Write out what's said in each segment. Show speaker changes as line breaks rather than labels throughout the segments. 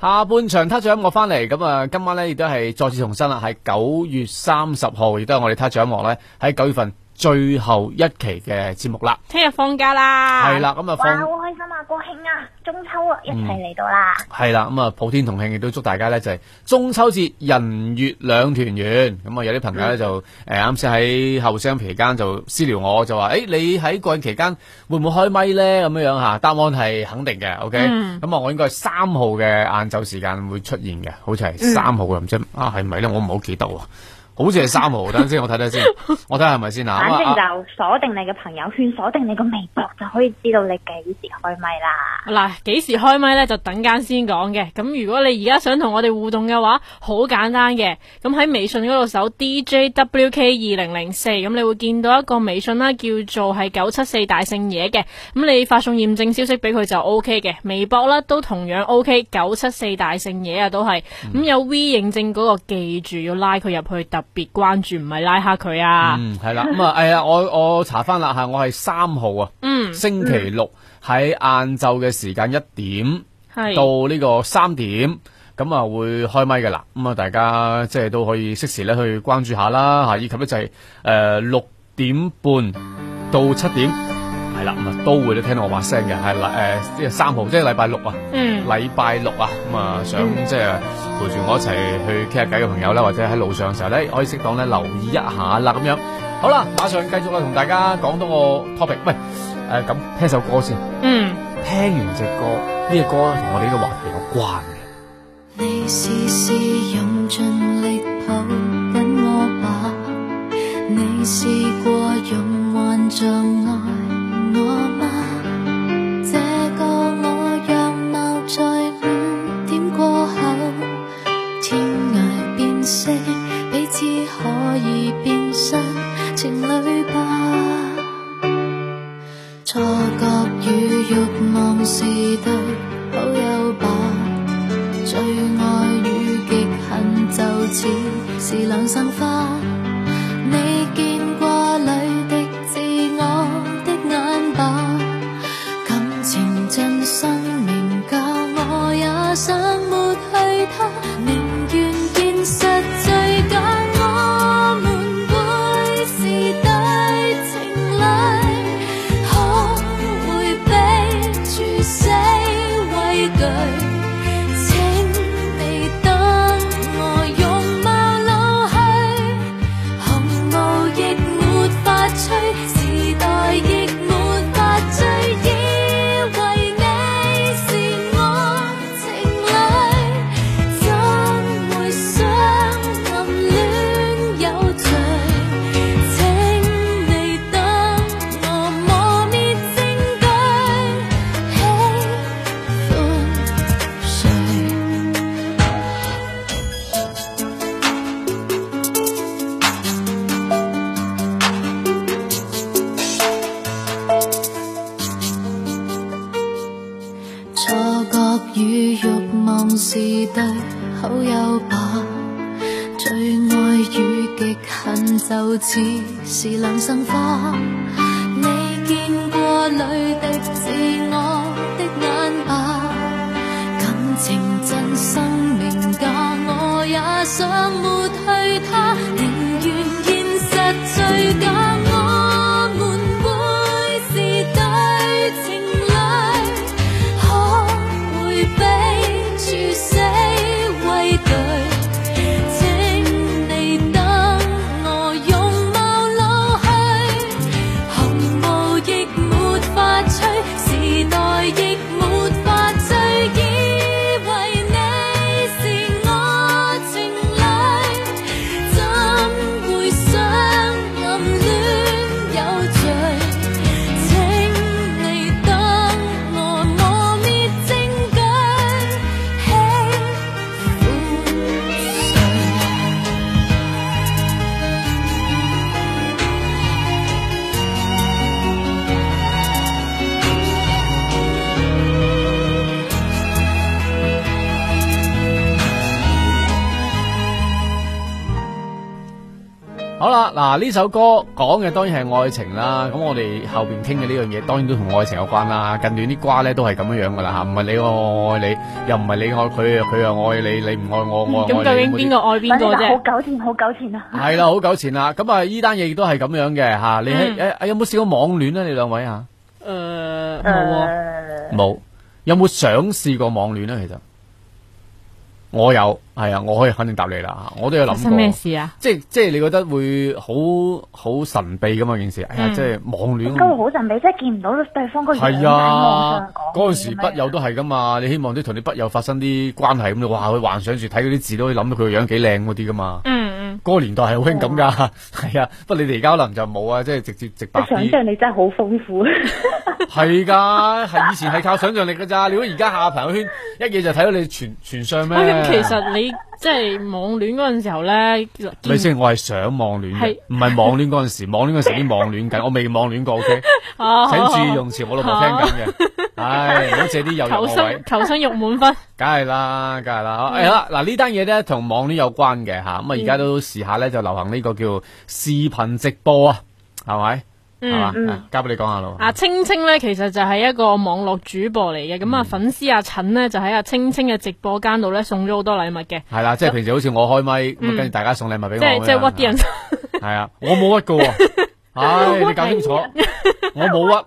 下半場他咗音樂翻嚟，咁啊，今晚呢亦都係再次重申啦，係九月三十號，亦都係我哋他咗音樂呢喺九月份最後一期嘅節目啦。
聽日放假啦，
係，啦，咁啊
哇，
放嗯
好開心啊！國慶啊，中秋啊，一齊嚟到啦！
係啦，咁啊普天同慶，亦都祝大家呢就係中秋節人月兩團圓。咁啊有啲朋友呢就誒啱先喺後聲期間就私聊我，就話誒你喺國慶期間會唔會開咪呢？咁樣樣嚇，答案係肯定嘅。OK，
嗯
咁啊我應該係三號嘅晏晝時間會出現嘅，好似係三號嘅，唔知啊係咪呢？我唔好記得喎。好似係三號，等陣先，我睇睇先，我睇下係咪先啊。
反
咁啊
正
啊
就鎖定你嘅朋友圈，鎖定你個微博，就可以知道你幾時開咪啦。
嗱，幾時開咪呢？就等間先講嘅。咁如果你而家想同我哋互動嘅話，好簡單嘅。咁喺微信嗰度搜 DJWK 二零零四，咁你會見到一個微信啦，叫做係九七四大聖野嘅。咁你發送驗證消息俾佢就 O K 嘅。微博啦都同樣 O K，九七四大聖野啊都係。
嗯
咁有 V 認證嗰個記住要拉佢入去，特別關注，唔係拉黑佢啊。
嗯，系啦，咁啊，系啊，我我查翻啦吓，我系三号啊，
嗯
星期六喺晏晝嘅時間一點嗯
係
到呢個三點。咁啊，會開咪嘅啦，咁啊，大家即係都可以適時咧去關注下啦，嚇，以及咧就係誒六點半到七點，係啦，咁啊都會咧聽到我把聲嘅，係啦，誒即係三號，即係禮拜六啊，
嗯。
禮拜六啊，咁啊想即係陪住我一齊去傾下偈嘅朋友啦，或者喺路上嘅時候咧，可以適當咧留意一下啦，咁樣。好啦，馬上繼續啦，同大家講到我 topic，喂，誒、咁聽首歌先，
嗯
聽完只歌，呢、只歌同我哋呢個話題有關嘅，
你事事用盡力抱緊我吧，你試過用幻象愛我嗎？這個我樣貌在亂點過後，天涯變色，彼此可以變身情侶吧。錯覺與慾望是對好友吧。最愛與極限就似是兩生花。你見過淚滴自我的眼吧？感情盡生命教我也想抹去它，寧願現實最假。我們會是對情侶，可會被處死畏懼？請你等我容貌老去，紅毛亦沒法吹，時代亦沒法追，以為你是我情侶，怎會想暗戀有罪？請你等我磨滅證據，喜歡。誰錯覺與慾望是對好友吧，最愛與極限就似是兩生花。你見過淚滴自我的眼吧？感情真生命教我也想抹去它，寧願現實最假。我們會是對情侶，可會彼處死畏懼？請你等我容貌老去，紅毛亦沒法吹，時代亦沒法追，以為你是我情侶，
好啦，嗱呢首歌講嘅當然係愛情啦，咁我哋後邊傾嘅呢樣嘢當然都同愛情有關啦。近段啲瓜咧都係咁樣樣噶啦吓，唔係你愛我愛你，又唔係你愛佢，佢又愛你，你唔愛我，我
咁究
愛
竟
你。
邊個愛邊個
反正好
啫？
糾纏，好糾纏啊！
係啦，好糾纏啦。咁啊，呢單嘢亦都係咁樣嘅吓。你
嗯
喺誒、有冇試過網戀咧？你兩位啊？
诶，呃冇啊喎嗯
誒，
冇。有冇想試過網戀啊咧？其實我有，係啊，我可以肯定答你啦。我都有
發
諗
生咩
過。
事啊？
即係即係你覺得會好好神秘噶嘛件事，哎呀，
嗯
即係網戀
點解會好神秘？即係見唔到對方個樣
係
喺網
啊
上講，
嗰
嘢
陣時
咁
筆
樣
友都係噶嘛，你希望啲同啲筆友發生啲關係咁，你哇，佢幻想住睇嗰啲字都可以諗到佢個樣幾靚嗰啲噶嘛。
嗯
嗰個年代係好興咁
哦
噶，係啊，不過你哋而家可能就冇啊，即係直接直白
你想
啲。
象力真係好豐富，
係㗎，係以前係靠想像力㗎咋，你如果而家下朋友圈一嘢就睇到你全全相
嗯，
咩？
啊咁其實你即係網戀嗰陣時候咧，
咪
見
先，我係想網戀嘅
係，
唔係網戀嗰陣時，網戀嗰陣時已經網戀緊，我未網戀過，OK。
啊
請注意用詞，我老婆聽緊嘅。唉，唔好借啲有
求
入我位
生，求生欲滿分，
梗係啦，梗係啦。
嗯
係啦，嗱呢單嘢咧同網戀有關嘅吓，咁啊而家都時下咧就流行呢個叫視頻直播啊，係咪？係嘛
嗯。
啊交俾你講下咯。
啊，青青咧其實就係一個網絡主播嚟嘅，咁
嗯
啊粉絲阿陳呢，就喺阿啊青青嘅直播間度咧送咗好多禮物嘅，
係啦，即係平時好似我開咪，咁啊
嗯
跟住大家送禮物俾
即
我
係
咁樣。
即係屈 啲人，
係啊，我冇屈 㗎喎。唉，你搞清楚，我冇屈。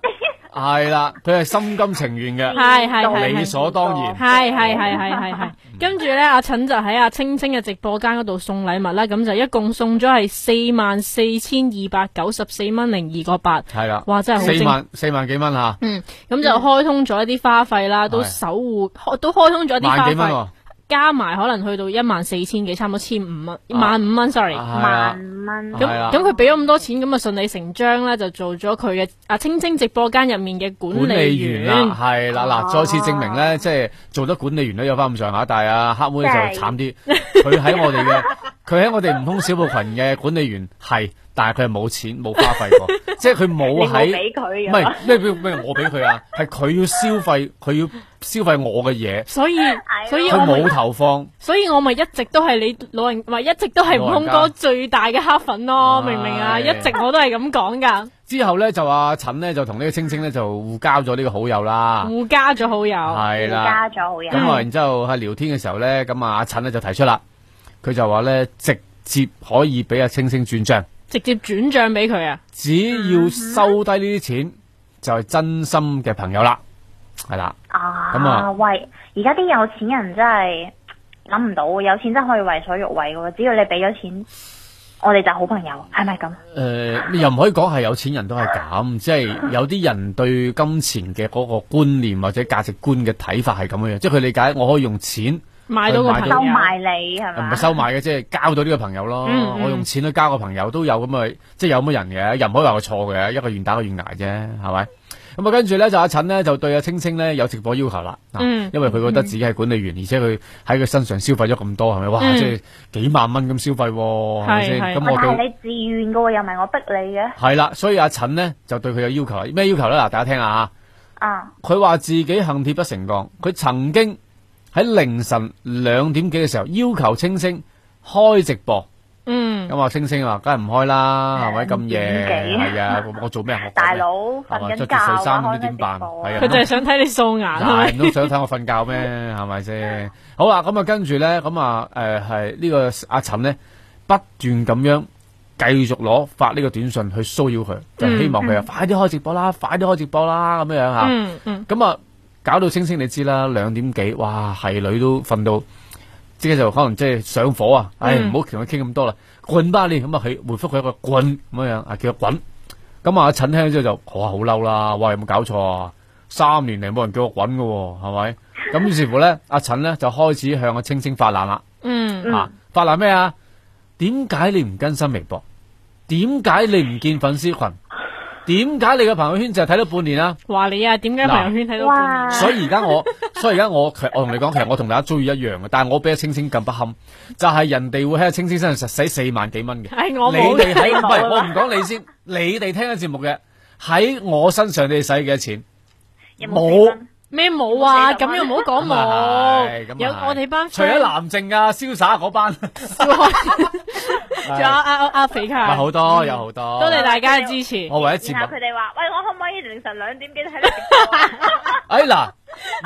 係啦，佢係心甘情願嘅。
係係係
理所當然
係係係係係
嗯
係，跟住咧阿陳就喺阿啊青青嘅直播間嗰度送禮物啦，咁就一共送咗係四萬四千二百九十四蚊零二個八，
係啦，
哇真係好
四
精
萬四萬幾蚊吓，
嗯，咁就開通咗一啲花費啦，都
係
守護開都開通咗一啲
萬
花
幾蚊
費，
喎。
加埋可能去到一萬四千幾，差唔多千五蚊，萬五蚊，sorry。
係啊
萬蚊
咁
咁
係啦啊
咁佢俾咗咁多錢，咁啊順理成章咧就做咗佢嘅啊青青直播間入面嘅管
管理員
員。
啦，係啦嗱，
哦
再次證明咧，即係做得管理員都有翻咁上下，但係啊黑妹就
即係
慘 啲，佢喺我哋嘅，佢喺我哋唔通小部群嘅管理員係，但係佢係冇錢冇花費 過，即係佢
你
冇
冇
喺
俾。佢
唔
㗎嘛
係咩咩咩，我俾佢啊，係佢要消費，佢要消費我嘅嘢，
所以
哎
所以
佢
我咪
冇投放。
所以我咪一直都係你老人，咪一直都係悟空
老
哥
人家
最大嘅黑粉咯，明唔明啊？
唉
一直我都係咁講噶，
之後咧就阿陳咧就同呢個青青咧就互交咗呢個好友啦，
互加咗好友，
係啦。
加咗好友
咁啊，然之後喺聊天嘅時候咧，咁啊阿陳咧就提出啦，佢就話咧直接可以俾阿青青轉帳，
直接轉帳俾佢啊！
只要收低呢啲錢就係真心嘅朋友啦，係啦，
啊！
咁啊
喂，而家啲有錢人真係諗唔到，有錢真係可以為所欲為嘅喎，只要你俾咗錢，我哋就好朋友，係咪咁？
誒、你呃又唔可以講係有錢人都係 咁，即係有啲人對金錢嘅嗰個觀念或者價值觀嘅睇法係咁樣樣，即係佢理解我可以用錢
買到個朋
收
友，
埋你係
唔
嘛
係？收買嘅，即係交到呢個朋友咯，
嗯嗯
我用錢去交個朋友都有咁嘅，即係有咁嘅人嘅，又唔可以話佢錯嘅，一個願打一個願挨啫，係咪？咁啊，跟住咧就阿陳咧就對阿青青咧有直播要求啦，啊
嗯
因為佢覺得自己係管理員，而且佢喺佢身上消費咗咁多，係咪？哇，
嗯
即係幾萬蚊咁消費喎，係咪先？
係係
咁
喂
我
但係
對
你自願嘅喎，又唔係我逼你嘅
係啦，所以阿陳咧就對佢有要求，咩要求咧？嗱，大家聽下啊。
啊！
佢話自己恨鐵不成鋼，佢曾經喺凌晨兩點幾嘅時候要求青青開直播，
嗯，
咁啊青青話梗係唔開啦，係咪
兩
咁夜？
點幾
係啊，我我做咩？我講咩
大佬
係嘛
瞓緊
着
覺
住
啊，
睡衫
開
咁
咩
你點辦？
直播
係啊
佢就係想睇你素顏啊係咪？
唔都想睇我瞓覺咩？係咪先？好啦，咁啊，跟住咧，咁啊，誒係呢個阿陳咧，不斷咁樣繼續攞發呢個短信去騷擾佢，就希望佢啊快啲開直播啦，快啲開直播啦，咁樣樣嚇。
嗯嗯，
咁啊，搞到清清你知啦，兩點幾，哇，係女都瞓到，即係就可能即係上火啊！唉，
嗯
唔好同佢傾咁多啦，滾吧你！咁啊，佢回覆佢一個滾咁樣樣啊，叫佢滾。咁啊，阿陳聽咗之後就，哇，好嬲啦！哇，有冇搞錯啊？三年嚟冇人叫我滾嘅喎，係咪？咁於是乎咧，阿陳咧就開始向阿青青發難啦。
嗯，
啊，發難咩啊？點解你唔更新微博？點解你唔見粉絲群？點解你嘅朋友圈就係睇到半年啊？
話你啊，點解朋友圈睇到半年
哇！
所以而家我，所以而家我，其實我同你講，其實我同大家遭遇一樣嘅，但係我比阿青青更不堪，就係、人哋會喺阿青青身上實使四萬幾蚊嘅。
唉，
你
我冇
哋
嘅，
喺，
冇
唔係
啦
我唔講你先，你哋聽緊節目嘅喺我身上，你哋使幾多錢？
有冇
冇
四
咩冇啊？
冇四十
咁
蚊
又唔好講
咁啊係
冇，
咁啊
有
係
我哋班
除咗
friend
藍靜啊、瀟灑嗰班，
笑開 仲有阿阿阿肥
有
強，
啊好多有好多。
多謝大家嘅支持。
我唯一節
然
目
後佢。哋話：喂，我可唔可以凌晨兩點幾 睇你直播啊？
哎嗱，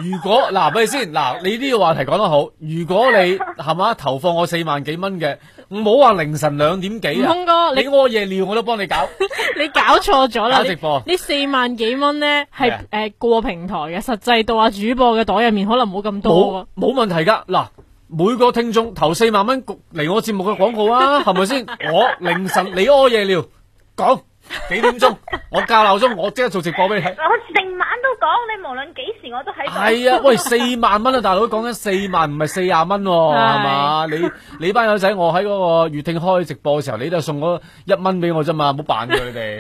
如果嗱，咪先嗱，你呢個話題講得好。如果你係嘛投放我四萬幾蚊嘅，唔好話凌晨兩點幾
悟
啊，
空哥，
你
你
屙夜尿我都幫你搞。
你搞錯咗啦！
搞
你
直播
呢四萬幾蚊咧
係
係
啊
誒過平台嘅，實際到阿主播嘅袋入面可能冇咁多
冇
喎。
冇問題㗎。嗱，每個聽眾投四萬蚊嚟我節目嘅廣告啊，係咪先？我凌晨你屙夜尿，講幾點鐘？我教鬧鐘，我即刻做直播俾你睇。
我成晚都講，你無論幾時我都喺度。
係啊，喂，四萬蚊啊，大佬講緊四萬，唔係四廿蚊喎，
係
係嘛？你你班友仔，我喺嗰個月聽開直播嘅時候，你都係送嗰一蚊俾我啫嘛，唔好扮佢哋。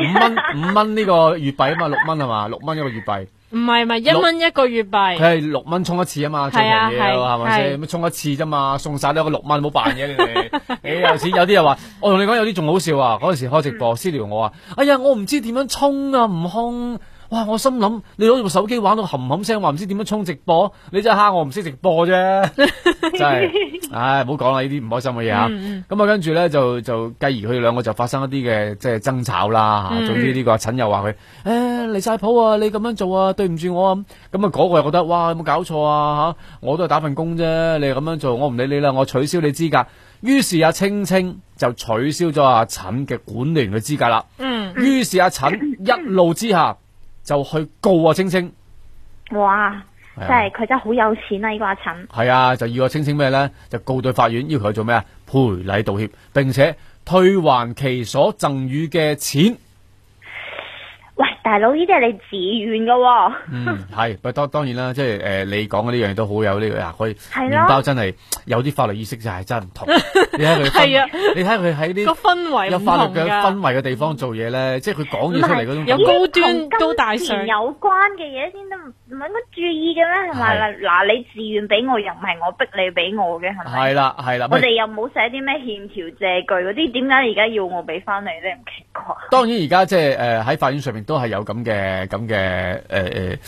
五蚊五蚊呢個月幣啊嘛，六蚊係嘛，六蚊一個月幣，
唔係唔係一蚊一個月
佢
幣，
係六蚊充一次啊嘛，最
係
平
啊
嘢
係
係咪先？
係
咁充一次啫嘛，送晒都有個六蚊，唔好扮嘢你哋。 你有時有啲又話，我同你講有啲仲好笑啊！嗰陣時開直播私聊我話，哎呀，我唔知點樣充啊，唔空。哇！我心諗你攞住部手機玩到冚冚聲，話唔知點樣充直播，你真係蝦我唔識直播啫，真 係，唉，唔好講啦，呢啲唔開心嘅嘢吓。
嗯
咁啊，跟住咧就就繼而佢哋兩個就發生一啲嘅即係爭吵啦嚇。
嗯
總之呢個阿陳又話佢誒離晒譜啊，你咁樣做啊，對唔住我啊。咁啊嗰個又覺得哇有冇搞錯啊嚇，我都係打份工啫，你又咁樣做，我唔理你啦，我取消你資格。於是阿青青就取消咗阿陳嘅管理員嘅資格啦。
嗯，
於是阿陳一怒之下就去告阿青青。
哇！
係啊
真係佢真係好有錢啊！呢個阿陳，
系啊，就要阿青青咩呢？就告對法院，要求佢做咩啊？賠禮道歉，並且退還其所贈予嘅錢。
喂，大佬呢啲係你自願嘅喎。
嗯，係，不過當當然啦，即係誒、呃你講嘅呢樣嘢都好有呢、個啊，可以
係咯
麵包真係有啲法律意識就係真係 唔同。你睇佢
係啊
分，你睇佢喺
個
啲
氛圍
有
唔
法律
同
嘅氛
㗎。
圍嘅地方做嘢呢，即係佢講嘢出嚟嗰種
有
感
高
覺。
端
同金
高大上
錢有關嘅嘢先得，唔係應該注意嘅咩？係咪
係
嗱？你自願俾我，又唔係我逼你俾我嘅，係咪？
係啦，係啦，
我
咪
哋又冇寫啲咩欠條借據嗰啲，點解而家要我俾翻你咧？咁奇怪。
當然而家即係誒喺法院上面都係有咁嘅呃咁嘅誒誒誒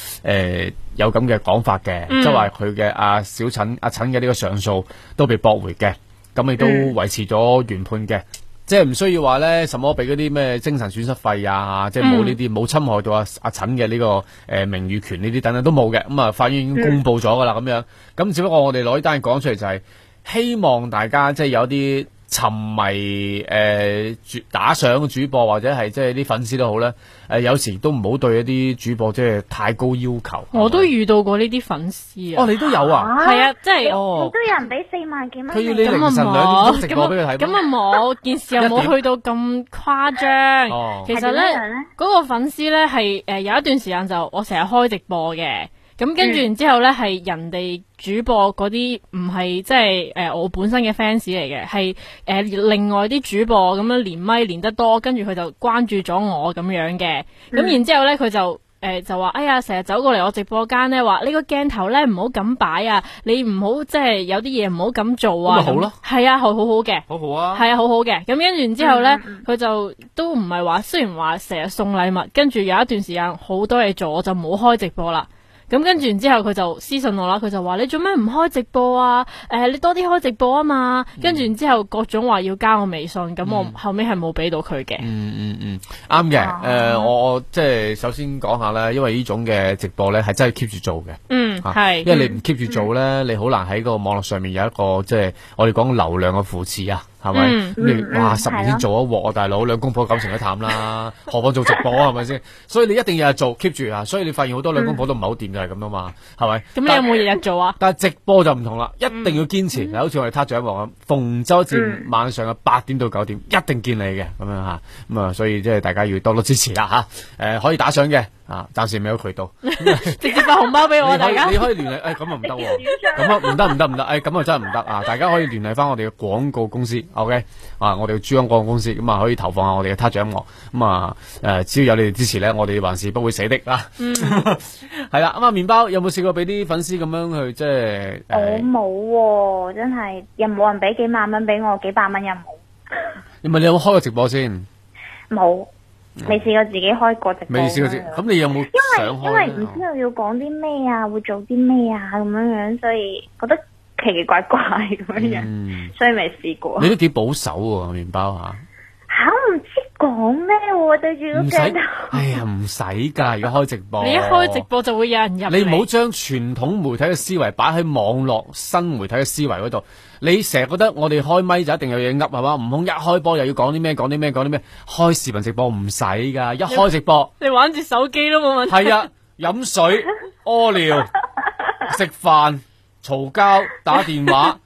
呃有咁嘅講法嘅，
嗯
即係話佢嘅阿小陳阿陳嘅呢個上訴都被駁回嘅，咁亦都
嗯
維持咗原判嘅。即係唔需要話咧，什麼俾嗰啲咩精神損失費啊，即係
嗯
冇呢啲冇侵害到阿阿陳嘅呢個誒、呃名譽權呢啲等等都冇嘅。咁、啊，法院已經
嗯
公布咗噶啦，咁樣。咁只不過我哋攞呢單嘢講出嚟就係、希望大家即係有啲沉迷誒、呃主打賞嘅主播或者係即係啲粉絲都好咧，誒、有時都唔好對一啲主播即係太高要求。
我都遇到過呢啲粉絲
哦，
啊，
你都有啊？
係啊，即係
哦
你都有人俾四萬幾蚊
佢要
你
你
咁啊
凌晨兩點鐘直播俾佢睇
冇，咁啊冇，件事又
一
冇
點
去到咁誇張。
哦
啊其實咧
係點樣呢，
嗰、個粉絲咧係誒有一段時間就我成日開直播嘅，咁跟住
嗯
然之後咧係人哋主播嗰啲唔係即係誒我本身嘅 fans 嚟嘅，係誒、呃另外啲主播咁樣連麥連得多，跟住佢就關注咗我咁樣嘅，咁、
嗯
然之後咧佢就。誒、就話，哎呀，成日走過嚟我直播間咧，話你個鏡頭咧唔好咁擺啊，你唔好即係有啲嘢唔好咁做啊，
咁咪好咯
咁，係啊，好好好嘅，
好好啊
係啊，好好嘅。咁跟住然之後呢
嗯嗯，
佢就都唔係話，雖然話成日送禮物，跟住有一段時間好多嘢做，我就冇開直播啦。咁跟住然之後，佢就私信我啦，佢就話：你做咩唔開直播啊？誒、你多啲開直播啊嘛。
嗯
跟住然之後，各種話要加我微信，咁我後尾係冇俾到佢嘅。啊
嗯嗯嗯，啱嘅。誒、我我即係首先講下啦，因為呢種嘅直播咧係真係 keep 住做嘅。
嗯，
啊
係、
因為你唔 keep 住做咧，你好難喺個網絡上面有一個即係我哋講流量嘅扶持啊，係咪？
嗯
咁你
嗯
哇
嗯
十年
係
先
咯
做一鑊啊，大佬兩公婆感情都淡 啦，何況做直播啊係咪先？所以你一定日日做 keep 住啊，所以你發現好多兩公婆都唔係好掂就係咁啊嘛，係咪？
咁
但
你有冇日日 做啊？
但係直播就唔同
嗯
啦，一定要堅持。嗱好似我哋他獎王咁，逢周
嗯
至五晚上嘅八點到九點，一定見你嘅咁樣嚇。咁啊，所以即係大家要多多支持啦嚇。誒，可以打賞嘅啊，暫時未有渠道。
直接發紅包俾我，啊大
你
家
可以你可以聯 繫，誒咁啊唔得喎，咁啊唔得唔得唔得，誒咁啊真係唔得啊！大家可以聯繫翻我哋嘅廣告公司，OK 啊，我哋嘅珠江廣告公司咁啊，可以投放下我哋嘅 touch 音樂，咁啊誒，只要有你哋支持咧，我哋還是不會死的啊！
嗯
係啦，咁啊，麵包有冇試過俾啲粉絲咁樣去即係
我
哦
誒？
冇喎，真係又冇人俾幾萬蚊俾我，幾百蚊又冇，
你咪你有冇開過直播先？
冇未試過自己開過直播。
未試過直，咁你有冇
啊因為
想
因
開
為唔知
呢？哦
道要講啲咩啊，會做啲咩啊咁樣樣，所以覺得奇怪怪咁樣樣，
嗯，
所以未試過。
你都幾保守喎，麵包嚇。
嚇我唔知講咩喎，對住個
唔使
鏡頭。，
哎呀，唔使㗎，而家開直播。
你一开直播就会有人入嚟
你唔好將傳統媒體嘅思維擺喺網絡新媒體嘅思維嗰度。你成日覺得我哋開咪就一定有嘢噏係嘛？唔空一開波又要講啲咩講啲咩講啲咩，開視頻直播唔使㗎，一開直播
你玩住手機都冇問題。
係啊，飲水、屙尿、食飯、嘈交、打電 話。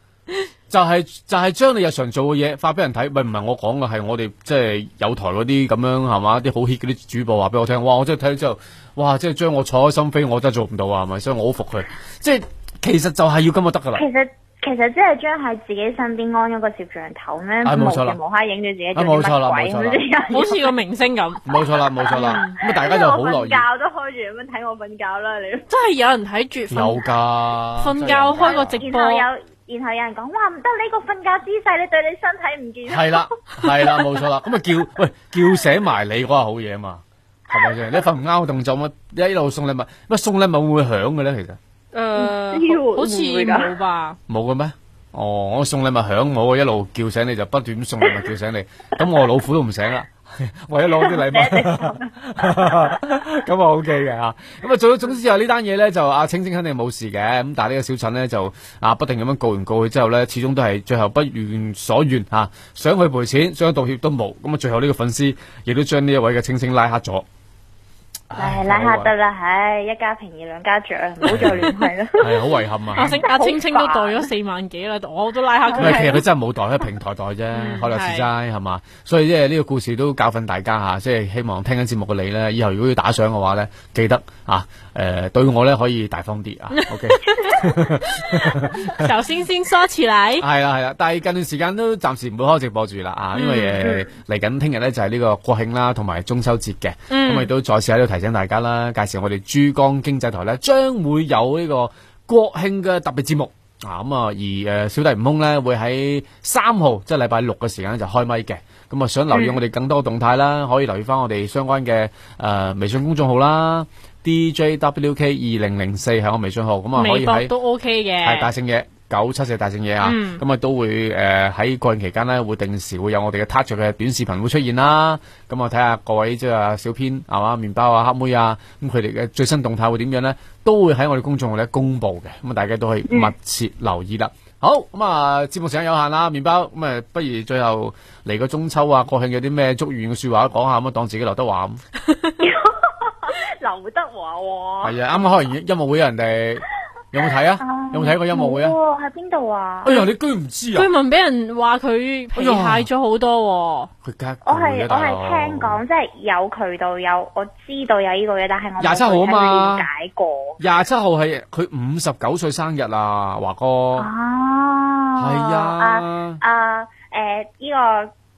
就係、就係、將你日常做嘅嘢發俾人睇，喂唔係我講嘅，係我哋即係有台嗰啲咁樣係嘛，啲好 hit 嗰啲主播話俾我聽，哇！我真係睇咗之後，哇！即係將我坐開心扉，我真係做唔到啊，係咪？所以我好服佢， 即係其實就係要咁就得㗎啦
其。實其實即係將喺自己身邊安咗個攝像頭咧，
啊冇
無
錯啦
時無刻影住自己
啊
做
冇
啲
錯啦
乜
冇
鬼
錯啦
咁啲人
好似個明星咁，
冇錯啦，冇錯 啦，咁啊大家就好
我
樂
瞓
意，
覺都開住咁樣睇我瞓覺啦，你。
真係有人睇住
有
瞓，
㗎，
瞓
真係
覺
有㗎
開個直播
然後有然後有人講哇唔得呢個瞓覺姿勢，你對你身體唔健康。
係啦，係啦，冇錯啦。咁啊叫喂叫醒埋你嗰下好嘢嘛，係咪先？你瞓唔啱嘅動作，咁一路送禮物，乜送禮物會唔會響嘅咧？其實呃
诶
知喎，
好似
會唔會㗎
冇吧？
冇嘅咩？哦，我送禮物響啊我，一路叫醒你就不斷咁送禮物叫醒你， 咁我老虎都唔醒啦。 為咗攞啲禮物， 咁啊 OK 嘅吓。咁啊，總總之啊，呢單嘢咧就阿青青肯定冇事嘅，咁但係呢個小陳咧就啊不停咁樣告完告去之後咧，始終都係最後不願所願吓、啊想去賠錢，想去道歉都冇。咁啊，最後呢個粉絲亦都將呢一位嘅青青拉黑咗。
唉，
唉
拉下 得啦，唉，一家平二兩家長，唔好再亂去啦。
係好遺憾
阿
啊！
星阿青青都袋咗四萬幾啦，我都拉黑
唔係，其
佢。
實佢真係冇袋，喺平台袋啫，可能是齋係嘛。所以即係呢個故事都教訓大家嚇，即係希望聽緊節目嘅你咧，以後如果要打賞嘅話咧，記得啊誒、對我咧可以大方啲啊。OK，
首先先梳起嚟，
係啦係啦，但係近段時間都暫時唔會開直播住啦啊，
嗯
因為誒嚟緊聽日咧就係呢個國慶啦，同埋中秋節嘅，
嗯
咁亦都再次喺度提醒大家啦，介紹我哋珠江經濟台咧將會有呢個國慶嘅特別節目。啊咁啊，而誒、呃小弟悟空咧會喺三號，即係禮拜六嘅時間咧就開咪嘅。咁啊，想留
嗯
意我哋更多嘅動態啦，可以留意翻我哋相關嘅誒、呃微信公眾號啦，DJWK 二零零四係我微信號，咁啊可
微
以
博
喺
都 OK
係大
嘅。
聖嘢，九七四大聖嘢啊，
嗯
咁啊都會誒喺過年期間咧，會定時會有我哋嘅 touch 嘅短視頻會出現啦。咁啊睇下各位即係啊小編係嘛，麵包啊、黑妹啊，咁佢哋嘅最新動態會點樣咧，都會喺我哋公眾號咧公佈嘅。咁啊大家都可以密切留意啦。好咁啊，節目時間有限啦，麵包咁啊，不如最後嚟個中秋啊、國慶有啲咩祝願嘅説話講下咁啊，當自己劉德華咁。
劉德華喎，
係啊，啱啱開完音樂會啊，人哋有冇睇啊？有冇睇過音樂會啊？
冇喎喺邊度啊
哎？呀，你居然唔知啊！
居民俾人話佢皮
哎呀
蟹咗好多
佢梗係
我
攰
係
啊
我
大
係
佬
聽講，即係有渠道有，我知道有呢個嘢，但係我冇
27號啊嘛
具體了解過。
廿七號係佢五十九歲生日啊，華哥。
哦，
係
啊
啊，
啊誒，呢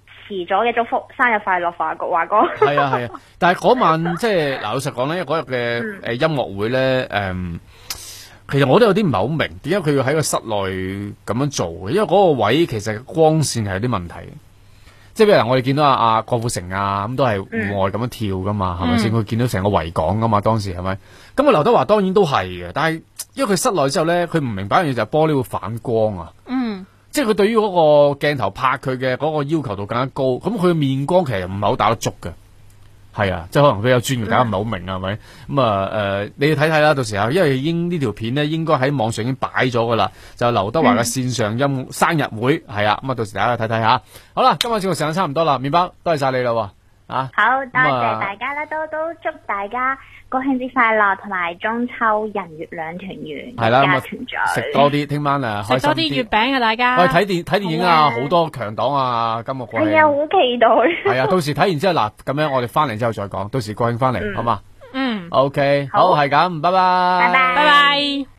個遲咗嘅祝福，生日快樂，華哥 華哥。
係啊，係啊。但係嗰晚即係嗱，老實講咧，嗰日嘅誒音樂會咧，誒，其實我都有啲唔係好明，點解佢要喺個室內咁樣做嘅？因為嗰個位其實光線係有啲問題嘅。即係譬如嗱我哋見到阿阿郭富城啊，咁都係戶外咁樣跳噶嘛，係咪先？佢見到成個維港噶嘛，當時係咪？咁啊，劉德華當然都係嘅，但係因為佢室內之後咧，佢唔明白一樣嘢就係玻璃會反光啊。
喎。嗯，
即係佢對於嗰個鏡頭拍佢嘅嗰個要求度更加高，咁佢嘅面光其實唔係好打得足嘅。係啊，即係可能佢有專業，大家唔係好明啊，係咪？咁啊誒，你要睇睇啦，到時候因為已經呢條片咧，應該喺網上已經擺咗㗎啦，就係劉德華嘅線上音生日會係啊，咁啊到時大家睇睇下。好啦，今晚節目時間差唔多啦，麵包多謝晒你啦喎，啊
好，多
咁啊
謝大家啦，都都祝大家國慶節快樂，同埋中秋人月兩團圓，
係啦咁
一家
啊
團聚。
食多啲，聽晚啊開
食
心
多啲月
啲。
餅啊，大家。
我哋睇電睇電影啊，
好
好
啊
多強檔啊，今個國
係啊，
慶
好期待。
係啊，到時睇完之後嗱，咁樣我哋翻嚟之後再講，到時國慶翻嚟好嘛？
嗯，
OK，
好
好係咁，拜拜，
拜拜
拜拜。